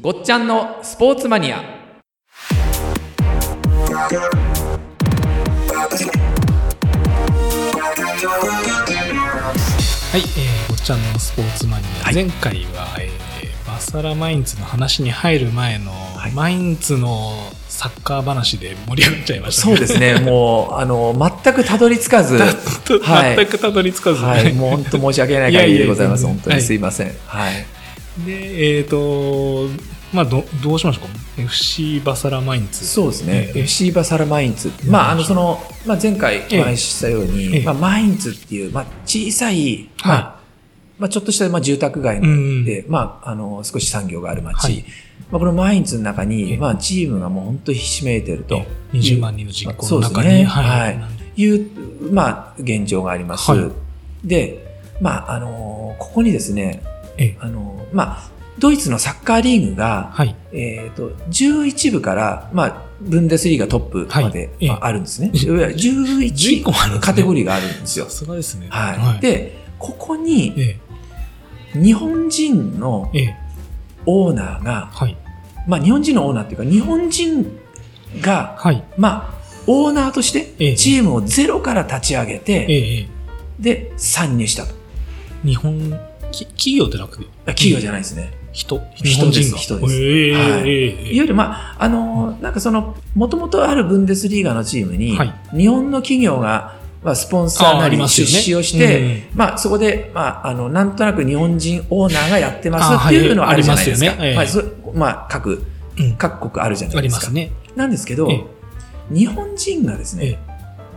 ごっちゃんのスポーツマニアはい、えー、ごっちゃんのスポーツマニア、はい前回は、えーバサラマインツの話に入る前の、いマインツのサッカー話で盛り上がっちゃいましたそうですね、もう、あの、全くたどり着かず、とはい 全くたどり着かずね、はい、もう本当申し訳ない限りでございます。いやいや本当にはいすいません。はい。 でえっ、とまあどどうしましょうか FC バサラマインツそうですね。えー FC バサラマインツ。んまあ、あの、その、まあ、前回ええお話ししたようえに、えまあ、マインツっていう、まあ、小さい、まあ、まあ、ちょっとした、まあ、住宅街うんで、まあ、あの、少し産業があるは町い。まあ、このマインツの中に、えまあ、チームがもう本当にひしめいてると。 20万人の人口の中そうですに、ねはいはいう、まあ、現状があります。はで、まあ、あのーここにですね、えあのーまあ、ドイツのサッカーリーグが、はい、えっ、と、11部から、まあ、ブンデスリーガトップまで、はいまああるんですね。ええ11 11個もあるんですねカテゴリーがあるんですよさ。すがですねはい。でで、ここに、え日本人のええオーナーが、はいまあ、日本人のオーナーっていうか、日本人が、はいまあ、オーナーとしてええ、チームをゼロから立ち上げて、えええで、参入したと。え日本き企業でなくてあ企業じゃないですね。人です日本人が人ですええはいいええわゆる、まあ、あのーなんかその、もともとあるブンデスリーガのチームに、はい日本の企業が、まあ、スポンサーあーなありり出ますよね資をして、まあ、そこで、まあ、あの、なんとなく日本人オーナーがやってあーますっはていいうのはあるじゃないですか。ありますよねええはいそまあ、各、うんうん各国あるじゃなあいでりすまか。すねなんですけど、え日本人がですえねえ、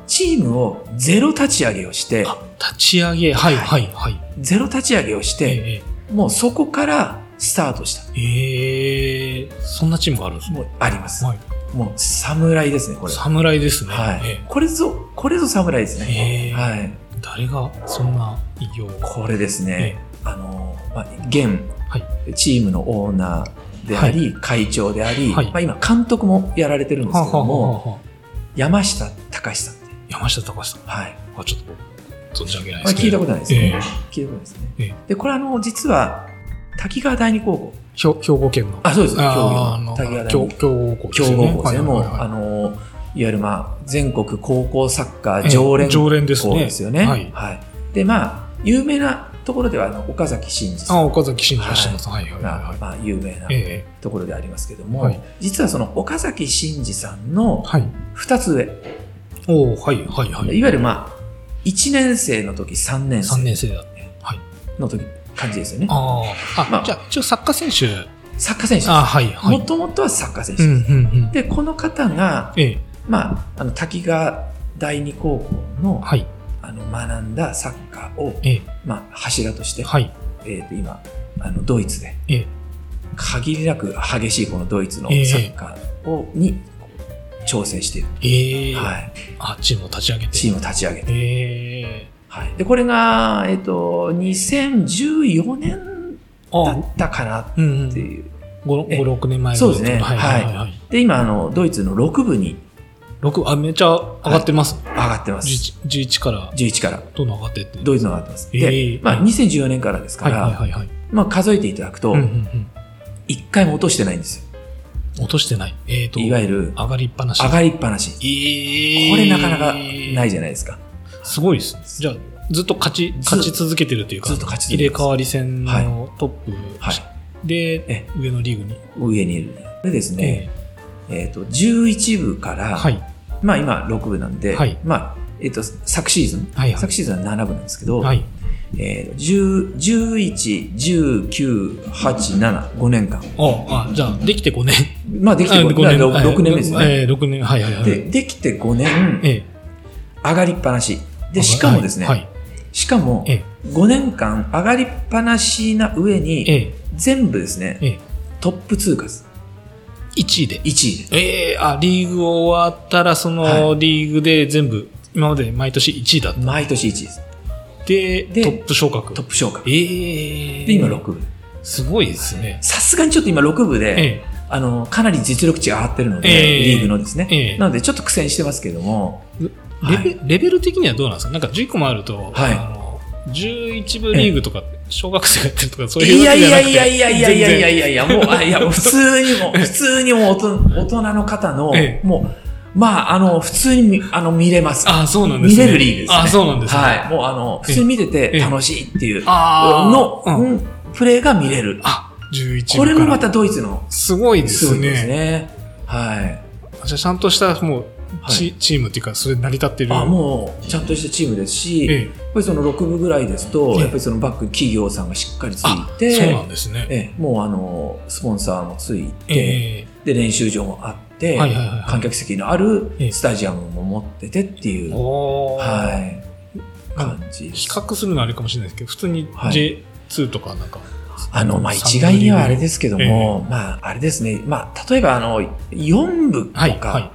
チームをゼロ立ち上げをして、あ立ち上げはいははいはいゼロ立ち上げをしえて、もうそこからスタートした。えええそんなチームがあるんですねもうあります。はいもう侍ですね、これは。侍ですねはい、ええこれぞ、これぞ侍ですね。へーはい。誰がそんな偉業をこれですね、あの、まあ、現、はチームのオーナーであり、会長であり、はいまあ、今、監督もやられてるんですけども、山下隆さんって。山下隆さんはい。はちょっと存じ上げないまあ、です聞けどいたことないですえねえ。聞いたことないですね。ええで、これあの、実は、滝川第二高校。ひょ兵庫県のあ、そうです。競技あーあのの滝川第二強強豪校です強よね豪校ですね。もう、はいはいはいあの、いわゆるまあ、全国高校サッカえーえ常連常連ですそうね。ですよね。はい。はい。で、まあ、有名なところでは、あの、岡崎真嗣さあ、ん岡崎慎司さん。はいはいがは、。まあ、有名ないええ。ところでありますけども、はい実はその岡崎真嗣さんのはい。 2つ上、おおはいはいはい。いわゆるまあ、1年生の時、3年3生年生だった。の時、感じですよね。あーまああ、じゃあ一応サッカー選手。サッカー選手あーはいはもい。ともとはサッカー選手うんでうす。んうん。で、この方が、ええ。まあ、あの、滝川第二高校の、はい。あの、学んだサッカーを、えまあ、柱として、え。はい。えーと、今、あの、ドイツで、ええ。限りなく激しいこのドイツのサええッカーを、に、こう調整している、ええ。はい、あ、チームを立ち上げて。チームを立ち上げて。ええ。はい、で、これが、えっ、と、2014年だあったかなっうんうん。て5、いう。 6年前そうですねはいはいはい。で、今、あの、ドイツの6部に6、あ、めっちゃ上がってます。上がってます。 11 11から11から、どんどん上がってって。ドイツの上がってます。えでえ、まあ、2014年からですかはいら、はいはいはい。まあ、数えていただくとうんう、ん1回も落としてないんですよ。うん。落としてない。えっと、いわゆる、上がりっぱなし。上がりっぱなし。ええこれなかなかないじゃないですか。すごいですね。じゃあ、ずっと勝ち、勝ち続けてるというか、ずっと勝ち続けて入れます替わり戦のトップ、はい。でえ、上のリーグに。上にいる。でですね、えっ、と、11部から、はい。まあ今6部なんで、はいまあ、えっ、と、昨シーズン、はいはい昨シーズンは7部なんですけど、はい。えー、10 11、19、8、7、5年間。あ、あじゃあ、できて5年。まあできてあ 5, 五年 6, 年目ですよね。ええ、6年、はいはいはい。で、できて5年、ええ上がりっぱなし。で、しかもですね、はい。はいしかもええ、 5年間上がりっぱなしな上えに、え全部ですね、ええトップ通過です。 1位で。 1位で。ええあ、リーグ終わったら、そはのリーグで全部、今まで毎年1位だっ毎年1位です。た。で、でトップ昇格トッ。プ昇格。ええで、今6部。すごいですね。さすがにちょっと今6部で、えあの、かなり実力値が上がってるので、ええリーグのですね、ええなのでちょっと苦戦してますけども、レベレベル的にはどうなんですかなんか10個もあると、はいあの11部リーグとかって小学生がやってるとか、そういういやわけいじゃなやくて。いやいやいやいやいや全いやいや、然もう、あいや、もう普通に もう、普通にもう大人大人の方のえ、もう、まあ、あの、普通に見、あの、見れます。あ、そうなんですね。見れるリーグですねあ、そうなんですね。はい。もう、あの、普通に見てえてえ楽しいっていう、あーの、うんうんプレーが見れる。あ、11これもまた、たドイツのすごいですすごいですね。ね。はい。じゃあちゃんとした、もう、チ,、はチームっていうか、それ成り立ってる。あ、もう、ちゃんとしたチームですし、ええやっぱりその6部ぐらいですと、ええやっぱりそのバック企業さんがしっかりつあいて、そうなんですね。ええもうあの、スポンサーもついて、ええで、練習場もあって、はいはいはいはい観客席のあるええスタジアムも持っててっていう、おーはい、なんか感じです比較するのはあれかもしれないですけど、普通にはい J2 とかなんか。あの、まあ、サ一ンドリーグ概にはあれですけども、まあ、あれですね、まあ、例えばあの、4部とか、はい、はい。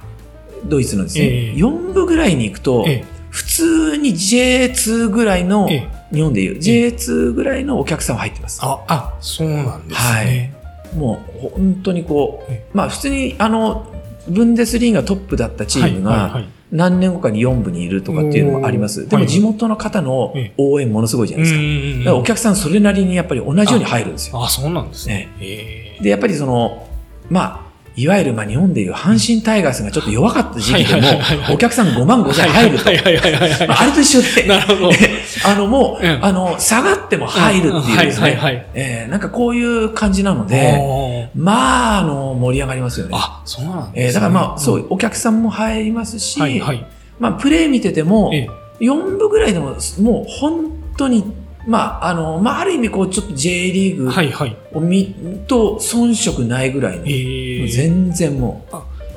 ドイツのですね、ええ4部ぐらいに行くと、え普通に J2 ぐらいの、ええ日本でいう J2 ぐらいのお客さんは入ってます。あ、あ、そうなんですね。もう本当にこえう、まあ普通にあの、ブンデスリーガトップだったチームはいはがい何年後かに4部にいるとかっていうのもあります。おーではもいはい地元の方のええ応援ものすごいじゃないですか。だからはおい。客さんそれなりにやっぱり同じように入るんですよ。あ、そうなんですね。ええで、やっぱりその、まあ、いわゆるまあ日本でいう阪神タイガースがちょっと弱かった時期ではいはいはいはも、いお客さん5万5千入るとは。いはいはいはいはいまあはあれと一緒でい。、なるほど。 あのもう、うんあの、下がっても入るっていうですはいはね。いはい。えーなんかこういう感じなので、で、まあ、あの、盛り上がりますよね。あ、そうなんですねえーだからまあ、そうう、お客さんも入りますし、んはいはい。まあ、プレー見ててもえ、え4部ぐらいでも、もう本当に、まあ、あの、まあ、ある意味、こう、ちょっと J リーグはいはい。を見、と遜色ないぐらいの、えもえう全然も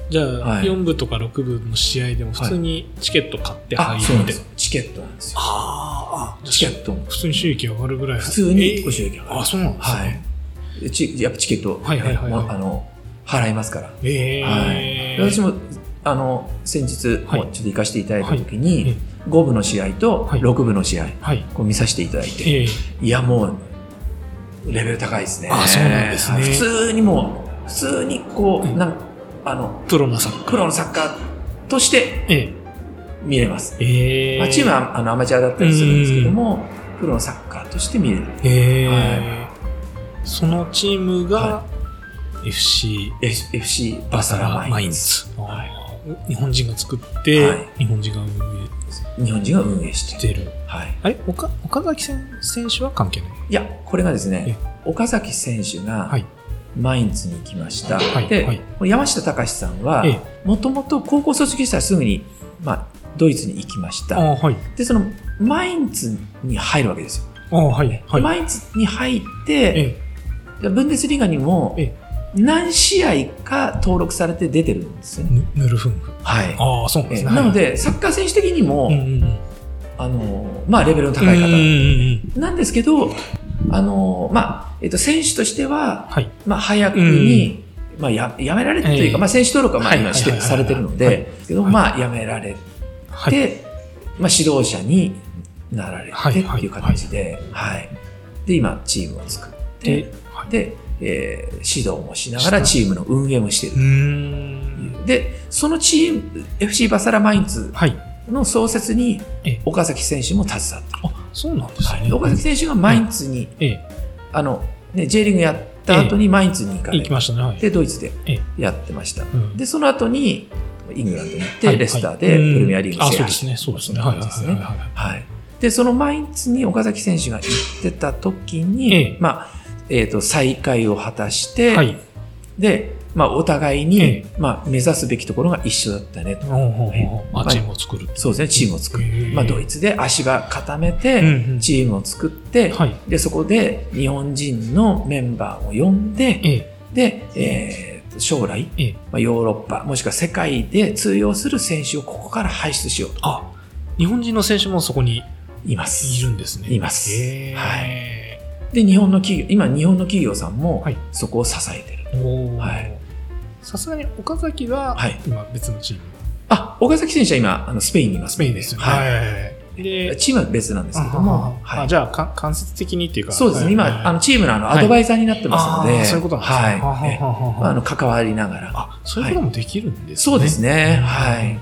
じゃはあ、い4部とか6部の試合でも普通にチケット買ってう、あ、入そうるなんんでで。す。チケットなんですよ。あーあ、チケじゃット。あ普通に収益上がるぐらい。普通にえごえ収益上がるあ、そうなんですはね。い。ちやっぱチケット、はいはいはいはいもうあの、払いますから。ええ私も、あの、先日、はいもうちょっと行かせていただいた時はいえに、5部の試合とはい6部の試合、はい。こう見させていただいて、ええいやもう、レベル高いですね。あそうなんですねはい普通にもう、普通にこう、うんなんあの、プロのサッカー。プロのサッカーとしてえ見れます。えええまあ、チームはあのアマチュアだったりするんですけども、プロのサッカーとして見れる。ええはそのチームがは FC F- FC ババササララママイインンズ。ツ。あー日本人が作って、はい日本人が運営日本人が運営してしる。てる。はい。あれ岡岡崎選選手は関係ない。いや、これがですね、岡崎選手がはいマインツに行きました。はいで、はいこの山下隆さんはええ、もともと高校卒業したらすぐに、まあ、ドイツに行きましあた。ーはい。で、そのマインツに入るわけですよ。あーはい。はい。マインツに入っえて、えブンデスリーガにもえ何試合か登録されて出てるんですよね。ぬヌルフンフ。はい。ああ、そうなんでええすね。なので、サッカー選手的にも、はい、うんうんうん。あの、まあ、レベルの高いうんうん方うん。なんですけど、あの、まあ、えっと、選手としては、はい。まあ、早くに、まあ、ややめられてというか、ええまあ、選手登録はまあはい今して、はいはいされてるので、はいけど、はいまあ、やめられて、はい。まあ、指導者になられはいてっはいていう形で、はいで、今、チームを作って、で、はい。で、えー指導もしながらチームの運営もしてうーる。ん。で、そのチーム、FC バサラマインツはい。の創設にええ、岡崎選手も携わってあ、そうなんでるすはね。い。岡崎選手がマインツに、ええあの、ね、J リーグやった後にマインツに行かれ行てき、ましたね。はい。で、ドイツでえやってました。うんで、その後に、イングランドに行って、はいレスターはでいうんプレミアリーグあ、制そう覇でしすて、ね、そうですね。そんはないは感じですねいはいはいはい。はい。で、そのマインツに岡崎選手が行ってた時に、ええまあ、えっ、と、再会を果たして、はい。で、まあ、お互いに、えまあ、目指すべきところが一緒だったねと。ほうほうほう。はいあ、チームを作る。そうですね、チームを作る。ええまあ、ドイツで足場固めて、うんうんチームを作って、はい。で、そこで日本人のメンバーを呼んで、ええ、で、えー将来、ええ。まあ、ヨーロッパ、もしくは世界で通用する選手をここから輩出しようとあ、日本人の選手もそこに言いまいす。るんですね。いますええで、日本の企業、今日本の企業さんもはいそこを支えてる。おーはいさすがに岡崎ははい、今別のチーム。あ、岡崎選手は今、あのスペインにいます。スペインですよね。はい。い。で、チームは別なんですけども、あはいじゃあ、か間接的にっていうか。そうですね。はいはい今、あの、チームのあの、アドバイザーになってますのあで、ーそういうことなんですね。はは。はいはえはまああの、関わりながら。あ、そういうこともできるんですね。そうですね。はういんうんうん。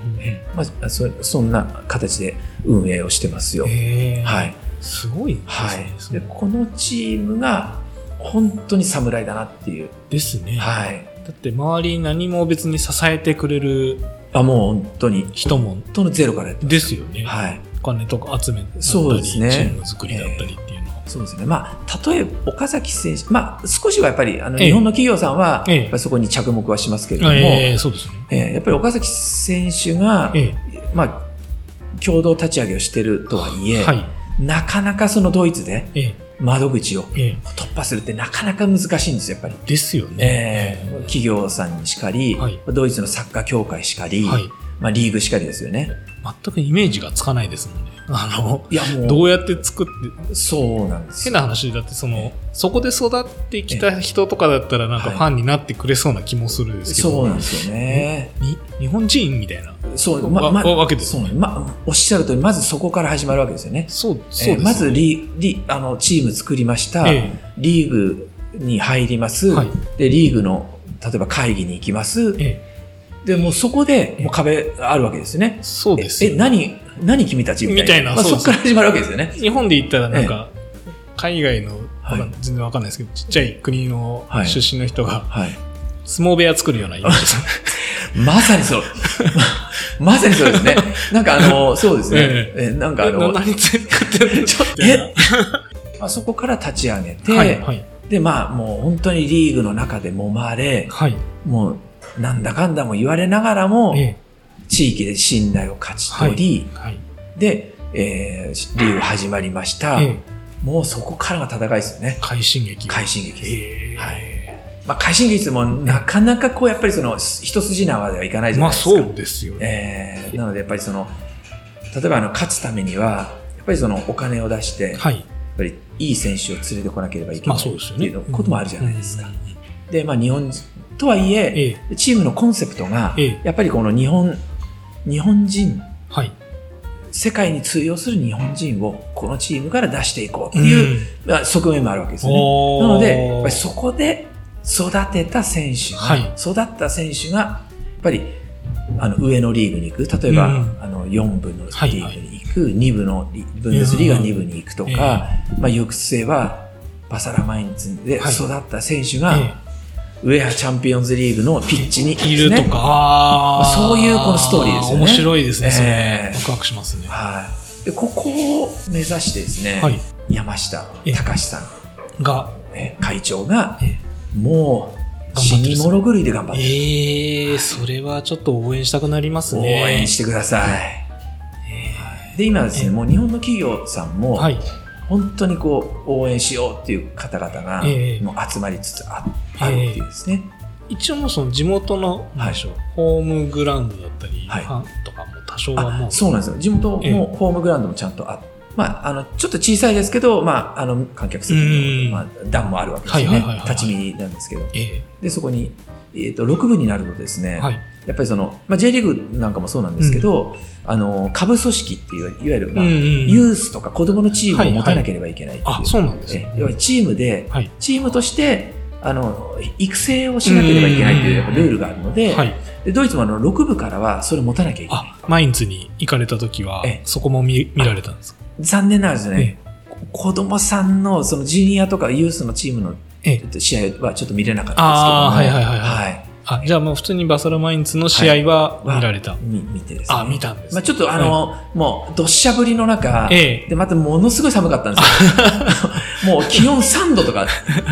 まあ、そそんな形で運営をしてますよ。ええはい。すごいですはいね。そでうこのチームが本当に侍だなっていう、ですね。はい、だって周り何も別に支えてくれるあもう本当に人も本当のゼロからやってまですよね。はい、お金とか集めだったり、そうですねチーム作りだったりっていうのは。そうですね、まあ、例えば岡崎選手、まあ、少しはやっぱりあの、ええ日本の企業さんは、ええやっぱりそこに着目はしますけれども、えええそうですね。えやっぱり岡崎選手が、えまあ、共同立ち上げをしてるとはいええ、はい。なかなかそのドイツでええ窓口をええ突破するってなかなか難しいんですよ、やっぱり。ですよねえ。え企業さんにしかり、はいドイツのサッカー協会しかり、はい。まあ、リーグしかりですよね。全くイメージがつかないですもんね。 あの、いや、もう、どうやって作って、そうなんです変よ。な話だってそのそこで育ってきた人とかだったらなんかファンになってくれそうな気もするんですけど、そうなんですよね。に日本人みたいなそう、わわけですそう、ま、おっしゃる通り、まずそこから始まるわけですよね。そうそうです、ねえーまずリ、リ、あの、チーム作りました。えリーグに入ります、えはいで、リーグの、例えば会議に行きます。えで、もうそこで、えもう壁あるわけですよね。そうですえ、よえ何、何君たちみたいな。みまたいなあ、そうそこかですら始まるわけですよね。日本で言ったらなんか、海外の、はいわかん全然わかんないですけどちっちゃい国のはい出身の人がはい。相撲部屋作るようなイメージです、まさにそう。 まさにそうですね。なんかあの、そうですね。ええなんかあなの、何作って んのちょっとえまあそこから立ち上げて、はいはいで、まあもう本当にリーグの中で揉まれ、はいもうなんだかんだも言われながらもえ、え地域で信頼を勝ち取り、はいで、えーリーグ始まりました。ええもうそこからが戦いですよね。快進撃快進撃です。ええはいまあ、快進撃もなかなかこうやっぱりその一筋縄ではいかないじゃないまあですか。そうですよね、えーなのでやっぱりその例えばあの勝つためにはやっぱりそのお金を出して、やっはいぱりいい選手を連れてこなければいけまなあいってそうですよねいうこともあるじゃないですか。うんうんうんで、まあ、日本とはいえええチームのコンセプトがええやっぱりこの日本日本人はい世界に通用する日本人をこのチームから出していこうっていう、まあ側面もあるわけですよね。おーなのでやっぱりそこで育てた選手が、はい育った選手がやっぱりあの上のリーグに行く例えば、うんあの4部のリはいーグに行く、2部のリブンデスリーガ2部に行くとか、ええまあ、翌世はバサラマインツではい育った選手えが、ウェアチャンピオンズリーグのピッチにえいるとねか、あーそういうこのストーリーですよね面白いですね、それええワクワクしますね。ははい、でここを目指してですね、い。山下ええ隆さん、が、ね会長がえもう頑張死ってるに物狂いで頑張ってるええそれはちょっと応援したくなります応ね。援してください。で、今ですね、えもう日本の企業さんもは、い。本当にこう、応援しようっていう方々が、ええもう集まりつつあええあるっていうですね。一応もうその地元の、はいなんでしょうホームグラウンドだったり、はいファンとかも多少はもあう、そうなんですよ。地元えもえホームグラウンドもちゃんとあまあ、あの、ちょっと小さいですけど、まあ、あの、観客席うんの、まあ、段もあるわけですよはねいはいはいは。い立ち見なんですけど。えで、そこに、えっと、6部になるとですえね、はい。やっぱりその、まあ、J リーグなんかもそうなんですけど、あの、下部組織っていう、いわゆる、まあ、んユースとか子供のチームを持たなければいけないっていうあ、そうなんですえね。要はチームで、はい。チームとして、あの、育成をしなければいけないというやっぱルールがあるので、はい。でドイツもあの6部からはそれを持たなきゃいけない。あ、マインツに行かれた時はええ、そこも見見られたんですか残念ながらですね、子供さんのそのジュニアとかユースのチームのええちょっと試合はちょっと見れなかったあーですけども、はいはいはいはいあ、じゃあもう普通にバサロマインツの試合は見られた。み見てですね。あ、見たんです。まあ、ちょっとあの、もう、どっしゃぶりの中、ええ。で、またものすごい寒かったん ですよ。もう気温3度とか、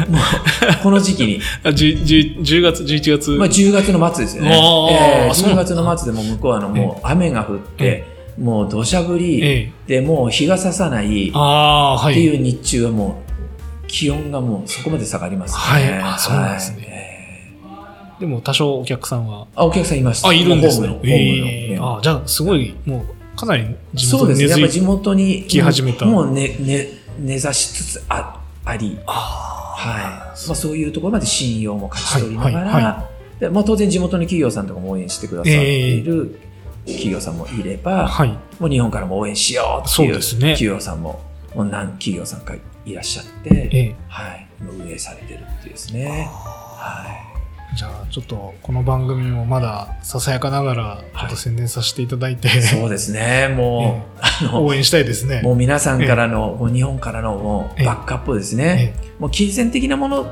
もう、この時期に。あ、10, 10 10月、11月。まあ、10月の末ですよね。おーええそ10うなんだ月の末でもう向こうはあのもう雨が降ってえ、もう土砂降り、ええ。で、もう日が差さないっああー、はてい。いう日中はもう気温がもうそこまで下がりますね。はいあそうなんですねはいええでも多少お客さんは。あ、お客さんいました。あ、いるんですね。ホームの、ホームええのあじゃあすごい、もう、かなり地そ元うでにすね。根やっ付ぱ地い元に来始めたもうね、ね、根ざしつつああり、あはい。まあ、そういうところまで信用も勝ち取りながら、はいはいはでまあ、当然地元の企業さんとかも応援してくださっている企業さんもいれあば、はい。もう日本からも応援しようってそういうですね企。業さんも、もう何企業さんかいらっしゃっえて、え。はい、もう運営されてるっていうですね。はい。じゃあ、ちょっと、この番組もまだ、ささやかながら、ちょっと宣伝させていただいて、そうですね、もう、あの、応援したいですね。もう皆さんからの、もう日本からのもえうえバックアップをですね、もう金銭的なもの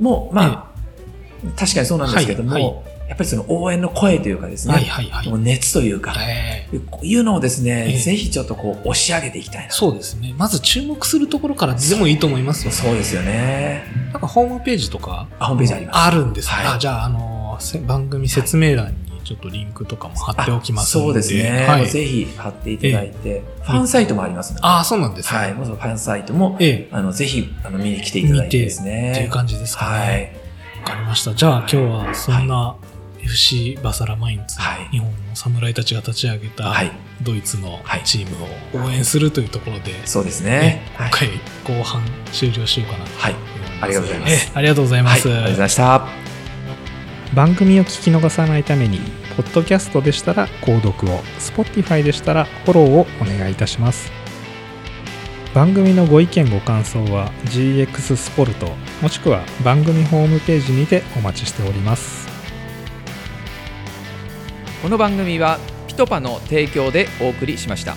も、まあ、確かにそうなんですけども、はいはやっぱりその応援の声というかですね、はいはいはいもう。熱というか、えーこういうのをですね、ええぜひちょっとこう押し上げていきたいな。そうですね。まず注目するところからでもいいと思いますよ。そうですよね。なんかホームページとかあホームページあります。あるんですね。はいあじゃあ、あのーせ番組説明欄にちょっとリンクとかも貼っておきますので。そうですね。はもうい。ぜひ貼っていただいて、ファンサイトもありますので、ああ、そうなんですね。はい。もうそのファンサイトも、ええ。あの、ぜひ、あの、見に来ていただいてですね。っていう感じですかはね。い。わ、かりました。じゃあ、今日はそんな FC バサラマインツ、はい日本の侍たちが立ち上げたはい。ドイツのはいチームを応援するというところで、そうですねね。はい今。回後半終了しようかなとはい。思います。ありがとうございますええありがはい。あとうございまりがす。とうございました。番組を聞き逃さないためにポッドキャストでしたら購読を Spotify でしたらフォローをお願いいたします番組のご意見ご感想は GX スポルトもしくは番組ホームページにてお待ちしておりますこの番組はピトパの提供でお送りしました